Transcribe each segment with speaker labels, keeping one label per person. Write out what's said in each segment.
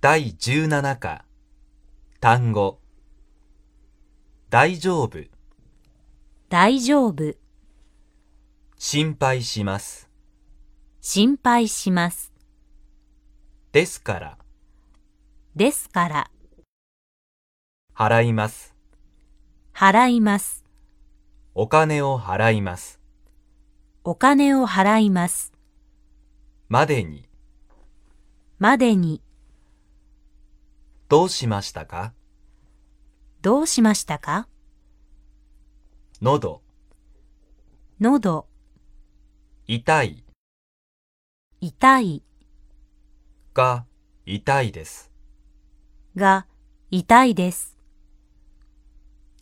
Speaker 1: 第17課単語大丈夫
Speaker 2: 大丈夫、
Speaker 1: 心配します
Speaker 2: 心配します。
Speaker 1: ですから
Speaker 2: ですから、
Speaker 1: 払います
Speaker 2: 払います。
Speaker 1: お金を払います
Speaker 2: お金を払います。
Speaker 1: までに
Speaker 2: までに、
Speaker 1: どうしましたか
Speaker 2: どうしましたか
Speaker 1: 喉
Speaker 2: 喉、
Speaker 1: 痛い
Speaker 2: 痛い、
Speaker 1: が痛いです
Speaker 2: が、痛いです。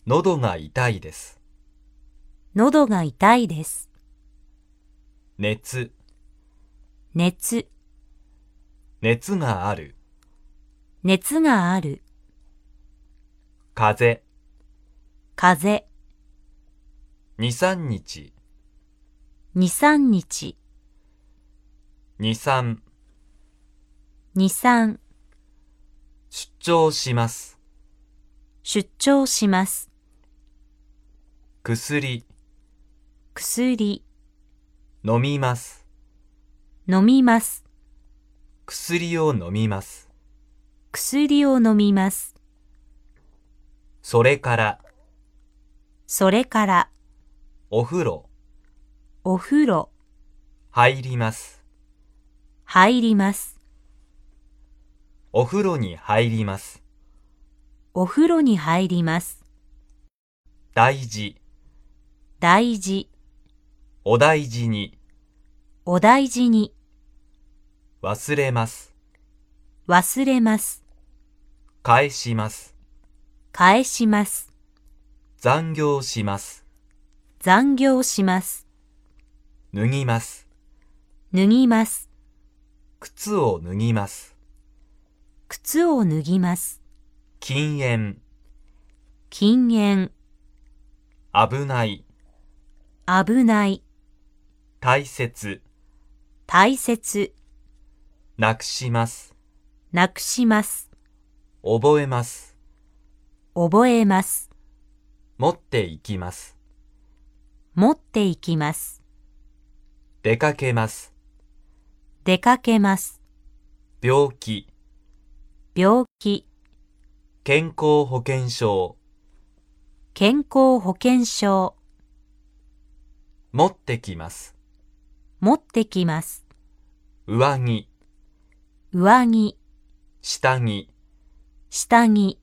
Speaker 1: 喉が痛いです
Speaker 2: 喉が痛いです。
Speaker 1: 熱
Speaker 2: 熱、
Speaker 1: 熱がある
Speaker 2: 熱がある。
Speaker 1: 風
Speaker 2: 風、
Speaker 1: 邪23日
Speaker 2: 二三日、
Speaker 1: 23
Speaker 2: 二三、
Speaker 1: 出張します
Speaker 2: 出張します。
Speaker 1: 薬
Speaker 2: 薬、
Speaker 1: 飲みます
Speaker 2: 飲みます。
Speaker 1: 薬を飲みます
Speaker 2: 薬を飲みます。
Speaker 1: それから
Speaker 2: それから、
Speaker 1: お風呂
Speaker 2: お風呂、
Speaker 1: 入ります。
Speaker 2: 入ります。
Speaker 1: お風呂に入ります。
Speaker 2: お風呂に入ります。
Speaker 1: 大事、
Speaker 2: 大事、
Speaker 1: お大事に、
Speaker 2: お大事に、
Speaker 1: 忘れます。
Speaker 2: 忘れます、
Speaker 1: 返します。
Speaker 2: 返します、
Speaker 1: 残業します。
Speaker 2: 残業します、
Speaker 1: 脱ぎます。
Speaker 2: 脱ぎます、
Speaker 1: 靴を脱ぎます。
Speaker 2: 靴を脱ぎます、
Speaker 1: 禁煙、
Speaker 2: 禁煙、
Speaker 1: 危ない、
Speaker 2: 危ない、
Speaker 1: 大切、
Speaker 2: 大切、
Speaker 1: なくします。
Speaker 2: なくします、
Speaker 1: 覚えます。
Speaker 2: 覚えます、
Speaker 1: 持っていきます。
Speaker 2: 持っていきます、
Speaker 1: 出かけます。
Speaker 2: 出かけます、
Speaker 1: 病気、
Speaker 2: 病気、
Speaker 1: 健康保険証、
Speaker 2: 健康保険証、
Speaker 1: 持ってきます。
Speaker 2: 持ってきます、
Speaker 1: 上着、
Speaker 2: 上着、
Speaker 1: 下着、
Speaker 2: 下着、